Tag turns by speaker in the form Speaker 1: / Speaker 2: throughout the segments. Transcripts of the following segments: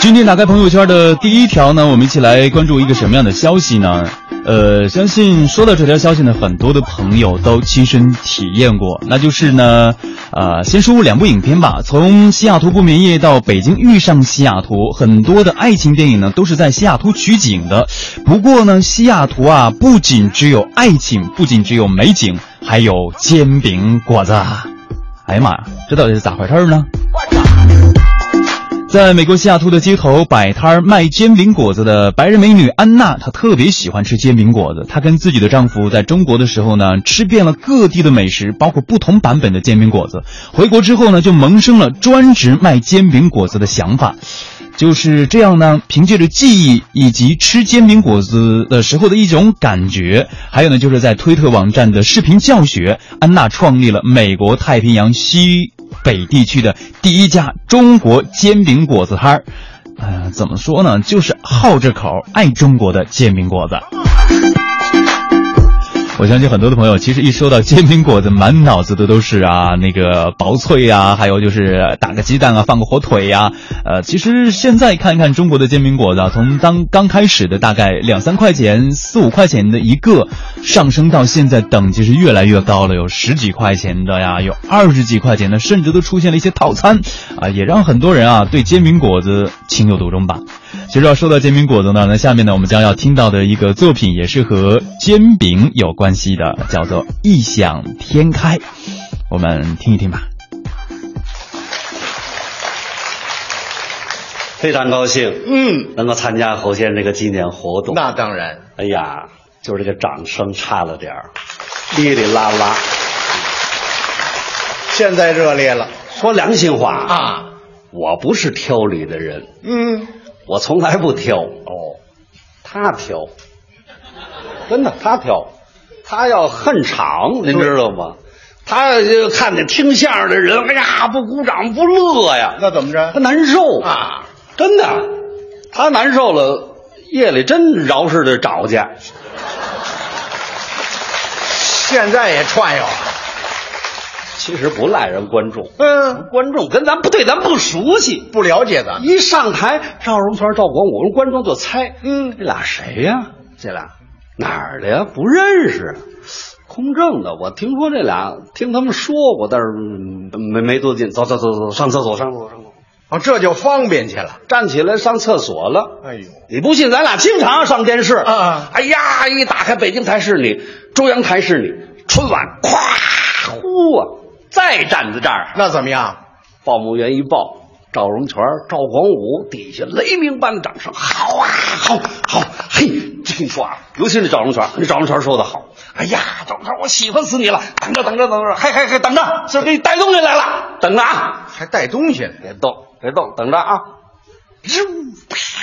Speaker 1: 今天打开朋友圈的第一条呢，我们一起来关注一个什么样的消息呢？呃，相信说到这条消息呢，很多的朋友都亲身体验过，那就是呢，呃，先说两部影片吧，从《西雅图不眠夜》到《北京遇上西雅图》，很多的爱情电影呢都是在西雅图取景的。不过呢，西雅图啊，不仅只有爱情，不仅只有美景，还有煎饼果子。哎呀妈呀，这到底是咋回事儿呢？在美国西雅图的街头摆摊儿卖煎饼果子的白人美女安娜，她特别喜欢吃煎饼果子。她跟自己的丈夫在中国的时候呢，吃遍了各地的美食，包括不同版本的煎饼果子。回国之后呢，就萌生了专职卖煎饼果子的想法。就是这样呢，凭借着记忆以及吃煎饼果子的时候的一种感觉，还有呢，就是在推特网站的视频教学，安娜创立了美国太平洋西北地区的第一家中国煎饼果子摊儿。呃，怎么说呢？就是好这口，爱中国的煎饼果子。 我相信很多的朋友，其实一说到煎饼果子，满脑子的都是啊，那个薄脆呀、还有就是打个鸡蛋啊，放个火腿呀、呃，其实现在看看中国的煎饼果子啊，从当刚开始的大概两三块钱、四五块钱的一个，上升到现在等级是越来越高了，有十几块钱的呀，有二十几块钱的，甚至都出现了一些套餐，啊、也让很多人啊对煎饼果子情有独钟吧。其实要说到煎饼果子呢，那下面呢我们将要听到的一个作品也是和煎饼有关系的，叫做《异想天开》，我们听一听吧。
Speaker 2: 非常高兴
Speaker 3: 嗯，
Speaker 2: 能够参加侯先生这个纪念活动。
Speaker 3: 那当然，
Speaker 2: 哎呀，就是这个掌声差了点儿，哩哩啦啦。
Speaker 3: 现在热烈了
Speaker 2: 说良心话，
Speaker 3: 啊，
Speaker 2: 我不是挑理的人，
Speaker 3: 嗯，
Speaker 2: 我从来不挑。哦，他挑，真的他挑，他要恨场，您知道吗？他就看见听相声的人，哎呀，不鼓掌不乐呀，
Speaker 3: 那怎么
Speaker 2: 他
Speaker 3: 着
Speaker 2: 难受。
Speaker 3: 啊？
Speaker 2: 真的，他难受了，夜里真饶似的找去。
Speaker 3: 现在也串悠啊，
Speaker 2: 其实不赖人观众，
Speaker 3: 嗯，
Speaker 2: 观众跟咱不对，咱不熟悉。
Speaker 3: 不了解咱们，
Speaker 2: 一上台，赵荣全、赵广武，我们观众就猜，
Speaker 3: 嗯
Speaker 2: 这俩谁呀、这俩哪儿的呀？不认识。空政的，我听说这俩，听他们说过，但是嗯没没多近。走走走走，上厕所，上厕所，上厕所。
Speaker 3: 哦，这就方便去了。
Speaker 2: 站起来上厕所了。
Speaker 3: 哎呦，
Speaker 2: 你不信，咱俩经常上电视
Speaker 3: 啊
Speaker 2: 哎呀，一打开北京台是你，中央台是你，春晚咵呼啊，再站在这儿，
Speaker 3: 那怎么样？
Speaker 2: 报幕员一报，赵荣全、赵广武底下雷鸣般的掌声，好啊，好，好，嘿，听说啊，尤其是赵荣全，那赵荣全说的好，哎呀，赵荣全，我喜欢死你了，等着，等着，等着，嘿嘿嘿，等着，这给你带东西来了，等着啊。
Speaker 3: 还带东西呢？
Speaker 2: 别动，别动，等着啊！扔，啪，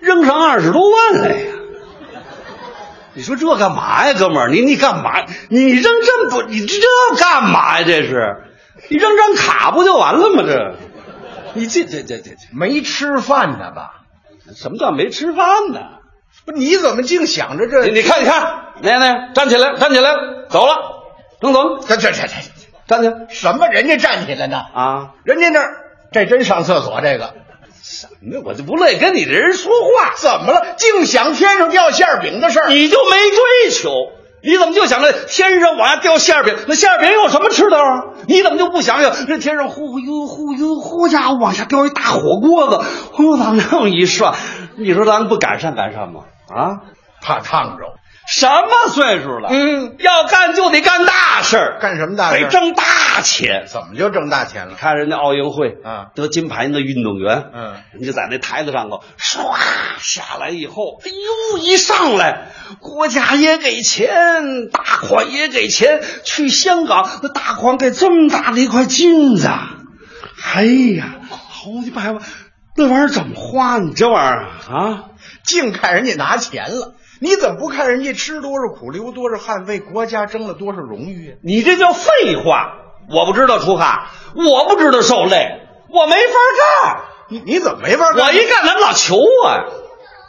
Speaker 2: 扔上二十多万来呀！你说这干嘛呀，哥们儿？你你干嘛？你扔这么多，你这干嘛呀？这是，你扔张卡不就完了吗？这，你这这这这这，
Speaker 3: 没吃饭呢吧？
Speaker 2: 什么叫没吃饭呢？
Speaker 3: 不，你怎么净想着这
Speaker 2: 你？你看，你看，奶奶站起来，站起来，走了，能走了，
Speaker 3: 这这这这
Speaker 2: 站起来
Speaker 3: 什么？人家站起来呢？
Speaker 2: 啊！
Speaker 3: 人家那儿这真上厕所，这个
Speaker 2: 那我就不乐意跟你这人说话。
Speaker 3: 怎么了？净想天上掉馅儿饼的事 儿。
Speaker 2: 你就没追求？你怎么就想着天上往下掉馅儿饼？那馅儿饼有什么吃的啊？你怎么就不想想这天上忽悠忽悠忽家伙往下掉一大火锅子，忽悠往那么一涮，你说咱们不改善改善吗？啊，
Speaker 3: 怕烫着。
Speaker 2: 什么岁数了？
Speaker 3: 嗯，
Speaker 2: 要干就得干大事儿，
Speaker 3: 干什么大事
Speaker 2: 得挣大钱。
Speaker 3: 哎怎么就挣大钱了？
Speaker 2: 看人家奥运会
Speaker 3: 啊
Speaker 2: 得金牌的运动员，
Speaker 3: 嗯，
Speaker 2: 人家在那台子上头唰下来以后，哎呦，一上来，国家也给钱，大款也给钱，去香港那大款给这么大的一块金子，哎呀，好几百万，那玩意儿怎么花？你这玩意儿啊？
Speaker 3: 净看人家拿钱了，你怎么不看人家吃多少苦、流多少汗、为国家争了多少荣誉啊？
Speaker 2: 你这叫废话！我不知道出汗，我不知道受累，我没法干。
Speaker 3: 你你怎么没法干？
Speaker 2: 我一干，他们老求我呀。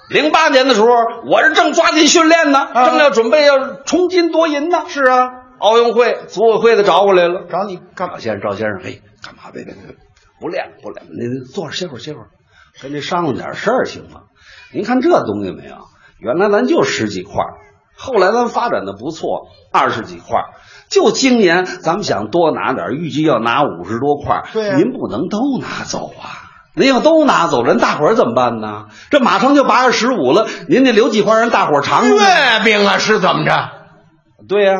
Speaker 2: 零八年的时候，我是正抓紧训练呢，
Speaker 3: 啊
Speaker 2: 正要准备要冲金夺银呢。
Speaker 3: 是啊，
Speaker 2: 奥运会组委会的找我来了，
Speaker 3: 找你干
Speaker 2: 赵先生，赵先生，嘿，干嘛别别别，不练不练，您坐着歇会儿歇会儿。跟您商量点事儿行吗？您看这东西没有？原来咱就十几块儿，后来咱发展的不错，二十几块儿。就今年咱们想多拿点儿，预计要拿五十多块儿。
Speaker 3: 对呀
Speaker 2: 您不能都拿走啊！您要都拿走，人大伙儿怎么办呢？这马上就八月十五了，您得留几块儿让大伙儿尝尝。
Speaker 3: 月饼啊是怎么着？
Speaker 2: 对呀、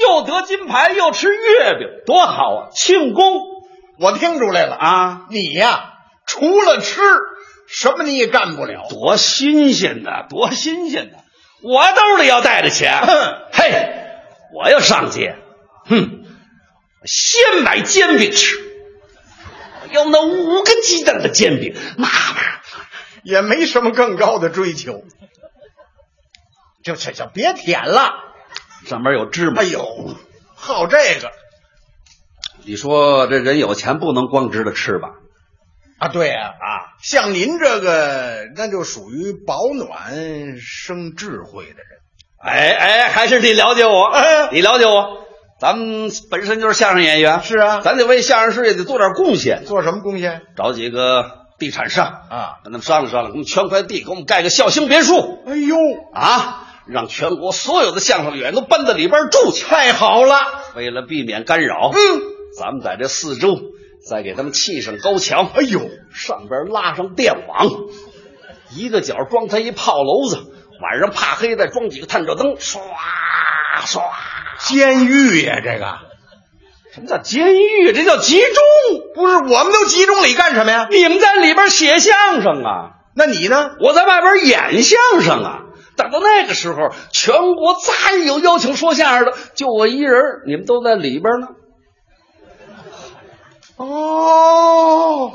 Speaker 2: 又得金牌又吃月饼，多好啊！庆功
Speaker 3: 我听出来了啊，
Speaker 2: 啊，
Speaker 3: 你呀、除了吃，什么你也干不了。
Speaker 2: 多新鲜呐，多新鲜呐！我兜里要带着钱，
Speaker 3: 哼
Speaker 2: 嘿，我要上街，哼，我先买煎饼吃，我要那五个鸡蛋的煎饼，那玩意儿
Speaker 3: 也没什么更高的追求。就就就别舔了！
Speaker 2: 上面有芝麻
Speaker 3: 哎。呦，好这个
Speaker 2: 你说这人有钱不能光知道吃吧？
Speaker 3: 啊！对呀、啊，像您这个，那就属于保暖生智慧的人。
Speaker 2: 哎哎，还是你了解我，
Speaker 3: 哎
Speaker 2: 你了解我。咱们本身就是相声演员，
Speaker 3: 是啊
Speaker 2: 咱得为相声事业得做点贡献。
Speaker 3: 做什么贡献
Speaker 2: 找几个地产商，
Speaker 3: 啊？
Speaker 2: 跟他们商量商量，给我们圈块地，给我们盖个孝兴别墅
Speaker 3: 哎呦，
Speaker 2: 啊，让全国所有的相声演员都搬到里边住去。
Speaker 3: 太好了！
Speaker 2: 为了避免干扰，
Speaker 3: 嗯，
Speaker 2: 咱们在这四周再给他们砌上高墙，
Speaker 3: 哎呦，
Speaker 2: 上边拉上电网，一个角装它一炮楼子，晚上怕黑再装几个探照灯，唰唰。
Speaker 3: 监狱呀、这个
Speaker 2: 什么叫监狱？这叫集中。
Speaker 3: 不是我们都集中里干什么呀？
Speaker 2: 你们在里边写相声啊？
Speaker 3: 那你呢？
Speaker 2: 我在外边演相声啊。等到那个时候，全国再有邀请说相声的，就我一人儿，你们都在里边呢。
Speaker 3: 哦，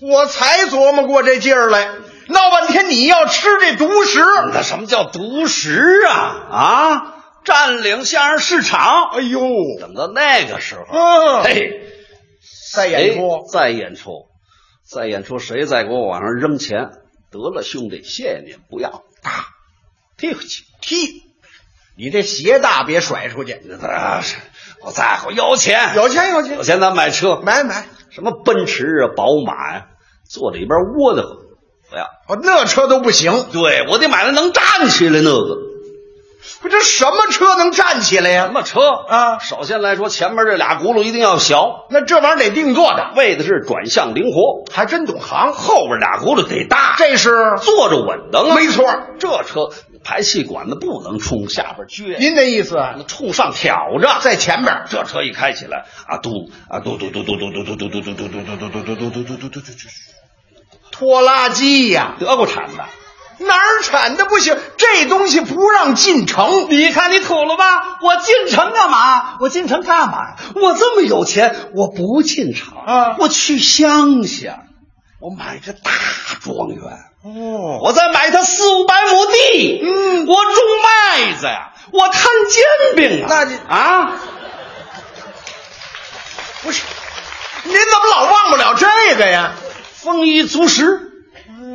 Speaker 3: 我才琢磨过这劲儿来，闹半天你要吃这独食，
Speaker 2: 那什么叫独食啊？啊，占领相声市场。
Speaker 3: 哎呦，
Speaker 2: 等到那个时候，
Speaker 3: 嗯，
Speaker 2: 嘿，
Speaker 3: 再演
Speaker 2: 出
Speaker 3: 出，
Speaker 2: 再演出，再演出，谁再给我往上扔钱？得了，兄弟，谢谢您，不要，打，退回去。
Speaker 3: 踢，你这鞋大别甩出去，
Speaker 2: 那是我在乎要钱，
Speaker 3: 有钱有
Speaker 2: 有
Speaker 3: 钱，
Speaker 2: 钱咱买车，
Speaker 3: 买买，
Speaker 2: 什么奔驰啊、宝马呀、坐里边窝得慌。不要，
Speaker 3: 哦，那车都不行，
Speaker 2: 对我得买那能站起来那个。
Speaker 3: 不这什么车能站起来
Speaker 2: 什
Speaker 3: 呀？
Speaker 2: 么车？
Speaker 3: 啊
Speaker 2: 首先来说，前面这俩轱辘一定要小，
Speaker 3: 那这玩意儿得定做的，
Speaker 2: 为的是转向灵活；
Speaker 3: 还真懂行，
Speaker 2: 后边俩轱辘得大，
Speaker 3: 这是
Speaker 2: 坐着稳当啊。
Speaker 3: 没错，
Speaker 2: 这车排气管子不能冲下边撅，
Speaker 3: 您的意思啊，
Speaker 2: 冲上挑着。
Speaker 3: 在前边儿，
Speaker 2: 这车一开起来，啊嘟啊嘟嘟嘟嘟嘟嘟嘟嘟嘟嘟嘟嘟嘟嘟嘟嘟嘟嘟嘟嘟，
Speaker 3: 拖拉机呀、
Speaker 2: 德国产的。
Speaker 3: 哪儿产的不行，这东西不让进城。
Speaker 2: 你看你苦了吧？我进城干嘛？我进城干嘛呀？我这么有钱，我不进城
Speaker 3: 啊
Speaker 2: 我去乡下，我买个大庄园，
Speaker 3: 哦
Speaker 2: 我再买它四五百亩地，
Speaker 3: 嗯
Speaker 2: 我种麦子呀，我摊煎饼啊，
Speaker 3: 那你
Speaker 2: 啊，
Speaker 3: 不是，您怎么老忘不了这个呀？
Speaker 2: 丰衣足食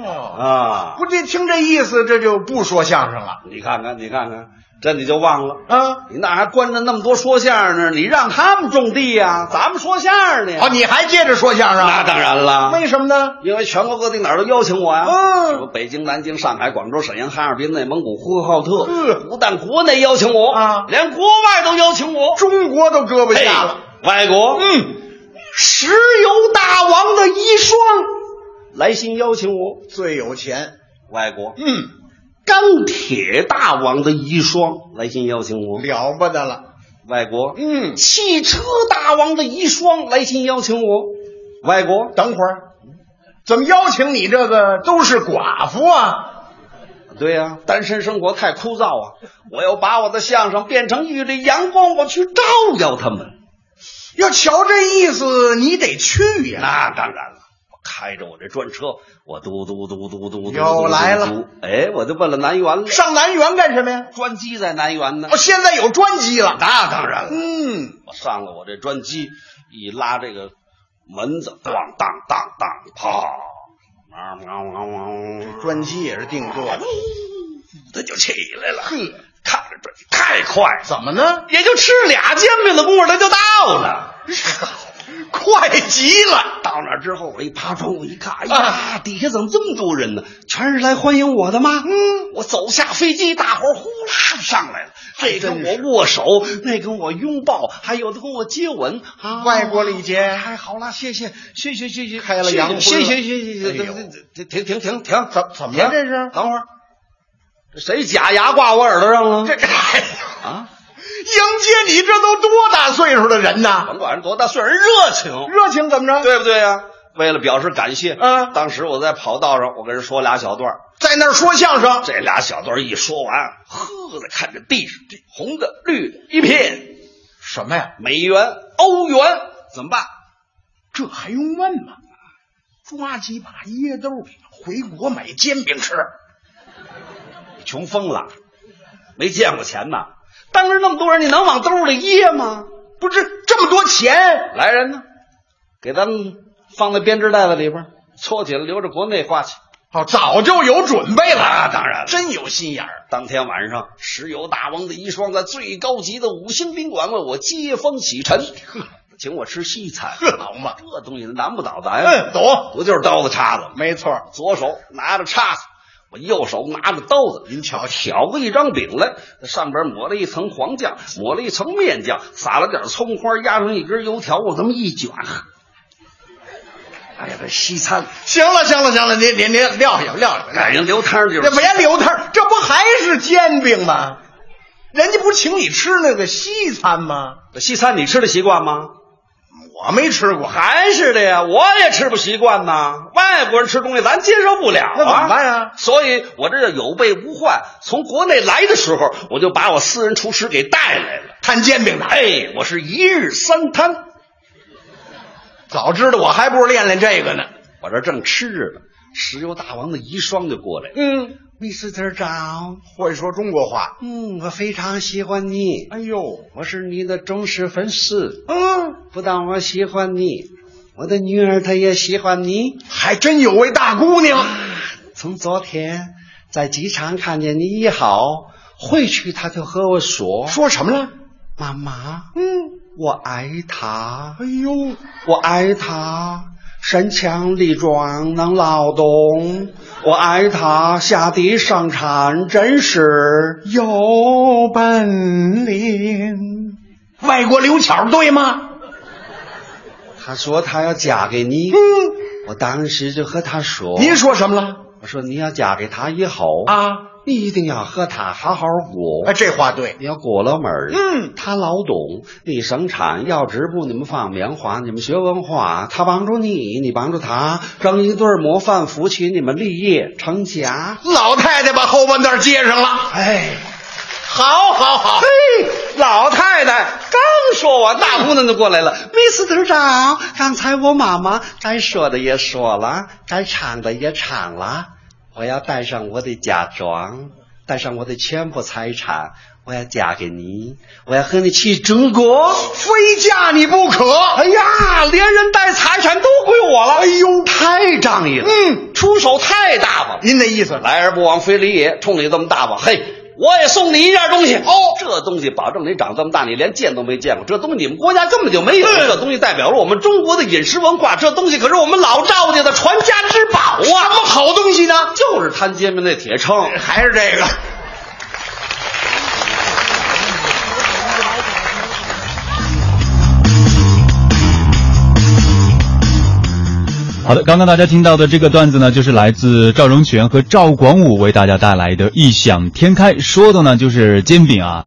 Speaker 3: 哦，
Speaker 2: 啊！
Speaker 3: 不，这听这意思，这就不说相声了
Speaker 2: 你看看，你看看，这你就忘了。
Speaker 3: 啊？
Speaker 2: 你那还关着那么多说相声呢？你让他们种地呀、咱们说相声的呀。
Speaker 3: 哦，你还接着说相声？
Speaker 2: 那当然了，啊
Speaker 3: 为什么呢？
Speaker 2: 因为全国各地哪儿都邀请我呀、
Speaker 3: 嗯
Speaker 2: 什么北京、南京、上海、广州、沈阳、哈尔滨、内蒙古、呼和浩特，
Speaker 3: 嗯
Speaker 2: 不但国内邀请我
Speaker 3: 啊
Speaker 2: 连国外都邀请我，
Speaker 3: 中国都搁不
Speaker 2: 嘿
Speaker 3: 下了。，
Speaker 2: 外国，
Speaker 3: 嗯，
Speaker 2: 石油大王的遗孀来信邀请我，
Speaker 3: 最有钱。
Speaker 2: 外国，
Speaker 3: 嗯，
Speaker 2: 钢铁大王的遗孀来信邀请我，
Speaker 3: 了不得了。
Speaker 2: 外国，
Speaker 3: 嗯，
Speaker 2: 汽车大王的遗孀来信邀请我，外国，
Speaker 3: 等会儿，怎么邀请你这个都是寡妇啊？
Speaker 2: 对呀、单身生活太枯燥啊！我要把我的相声变成雨里阳光，我去照耀他们。
Speaker 3: 要瞧这意思，你得去啊呀、
Speaker 2: 那当然了，我开着我这专车，我嘟嘟嘟嘟嘟嘟嘟，
Speaker 3: 又来了
Speaker 2: 嘟。哎，我就奔了南园了。
Speaker 3: 上南园干什么呀？
Speaker 2: 专机在南园呢
Speaker 3: 哦，。现在有专机了。
Speaker 2: 那当然了，
Speaker 3: 嗯，
Speaker 2: 我上了我这专机，一拉这个门子，当当当当，啪！
Speaker 3: 专机也是定做的。
Speaker 2: 他就起来了。
Speaker 3: 嘿，
Speaker 2: 看着专机太快了，
Speaker 3: 怎么呢？
Speaker 2: 也就吃俩煎饼的功夫，他就到了。快极了！到那儿之后，我一爬窗户一看，哎呀，
Speaker 3: 啊
Speaker 2: 底下怎么这么多人呢？全是来欢迎我的吗？嗯，我走下飞机，大伙儿呼啦上来了，哎这跟
Speaker 3: 真
Speaker 2: 我握手，那跟我拥抱，还有的跟我接吻啊！
Speaker 3: 外国礼节
Speaker 2: 哎，好了，谢谢，谢谢，谢谢，
Speaker 3: 开了洋荤了
Speaker 2: 谢谢，谢谢，谢
Speaker 3: 哎呦
Speaker 2: 谢，停停停停，
Speaker 3: 怎怎么了这是
Speaker 2: 等会儿，这谁假牙挂我耳朵上了？
Speaker 3: 这这、哎呀、
Speaker 2: 啊，
Speaker 3: 迎接你这都多大岁数的人呐？
Speaker 2: 甭管人多大岁数，人热情，
Speaker 3: 热情怎么着？
Speaker 2: 对不对呀、为了表示感谢，
Speaker 3: 嗯
Speaker 2: 当时我在跑道上，我跟人说俩小段儿
Speaker 3: 在那儿说相声，
Speaker 2: 这俩小段儿一说完，呵的看着地上这红的、绿的一片，
Speaker 3: 什么呀？
Speaker 2: 美元、欧元怎么办？
Speaker 3: 这还用问吗？抓几把椰豆回国买煎饼吃。
Speaker 2: 穷疯了，没见过钱呐！当着那么多人，你能往兜里掖吗？
Speaker 3: 不是这么多钱，
Speaker 2: 来人呢，给咱们放在编织袋子里边儿，搓起来留着国内花去。
Speaker 3: 哦，早就有准备了。
Speaker 2: 啊当然了
Speaker 3: 真有心眼儿。
Speaker 2: 当天晚上，石油大王的一双在最高级的五星宾馆为我接风洗尘，请我吃西餐，
Speaker 3: 呵好嘛
Speaker 2: 这东西难不倒咱呀
Speaker 3: 嗯，，懂，
Speaker 2: 不就是刀子叉子吗？
Speaker 3: 没错儿。
Speaker 2: 左手拿着叉子，我右手拿着刀子，
Speaker 3: 您瞧瞧，
Speaker 2: 挑过一张饼来，在上边抹了一层黄酱，抹了一层面酱，撒了点葱花，压上一根油条，我这么一卷，啊哎呀，这西餐
Speaker 3: 行了，行了，行了，您您您撂下吧，撂下吧。
Speaker 2: 赶人流汤就是
Speaker 3: 这别留摊儿，这不还是煎饼吗？人家不是请你吃那个西餐吗？
Speaker 2: 西餐，你吃的习惯吗？
Speaker 3: 我没吃过，
Speaker 2: 还是的呀，我也吃不习惯呐。外国人吃东西咱接受不了啊，
Speaker 3: 那怎么办呀
Speaker 2: 所以我这叫有备无患。从国内来的时候，我就把我私人厨师给带来了。
Speaker 3: 摊煎饼的。
Speaker 2: 哎，我是一日三餐，
Speaker 3: 早知道我还不如练练这个呢。
Speaker 2: 我这正吃着呢，石油大王的遗孀就过来了。
Speaker 3: 嗯，
Speaker 2: Mr. 长，
Speaker 3: 会说中国话。
Speaker 2: 嗯，我非常喜欢你，
Speaker 3: 哎呦，
Speaker 2: 我是你的忠实粉丝。
Speaker 3: 嗯，
Speaker 2: 不但我喜欢你，我的女儿她也喜欢你。
Speaker 3: 还真有位大姑娘。
Speaker 2: 从昨天在机场看见你一好，回去他就和我说
Speaker 3: 说什么了？
Speaker 2: 妈妈，
Speaker 3: 嗯，
Speaker 2: 我爱他
Speaker 3: 哎，呦，
Speaker 2: 我爱他，身强力壮能劳动，我爱他，下地上产真是。
Speaker 3: 有本领。外国刘巧对吗？
Speaker 2: 他说他要嫁给你，
Speaker 3: 嗯，
Speaker 2: 我当时就和他说，
Speaker 3: 您说什么了？
Speaker 2: 我说你要嫁给他以后，
Speaker 3: 啊，
Speaker 2: 你一定要和他好好过。
Speaker 3: 哎，这话对。
Speaker 2: 你要过了门儿，
Speaker 3: 嗯
Speaker 2: 他劳动，你生产，要织布，你们放棉花，你们学文化，他帮助你，你帮助他，争一对儿模范夫妻，你们立业成家。
Speaker 3: 老太太把后半段接上了。
Speaker 2: 哎，
Speaker 3: 好，好，好。
Speaker 2: 嘿，老太太刚说完，大姑娘就过来了。Mr. 长，刚才我妈妈该说的也说了，该唱的也唱了，我要带上我的嫁妆，带上我的全部财产，我要嫁给你，我要和你去中国。
Speaker 3: 非嫁你不可。
Speaker 2: 哎呀，连人带财产都归我了！哎呦，太仗义了，
Speaker 3: 嗯，
Speaker 2: 出手太大方了，
Speaker 3: 您那意思来
Speaker 2: 来而不往非礼也，冲你这么大方，嘿，我也送你一件东西。哦，这东西保证你长这么大你连见都没见过，这东西你们国家根本就没有，这东西代表了我们中国的饮食文化，这东西可是我们老赵家的传家之宝啊！什么好东西呢？就是摊煎饼那铁秤。
Speaker 3: 还是这个？
Speaker 1: 好的，刚刚大家听到的这个段子呢，就是来自赵荣全和赵广武为大家带来的《异想天开》，说的呢就是煎饼啊。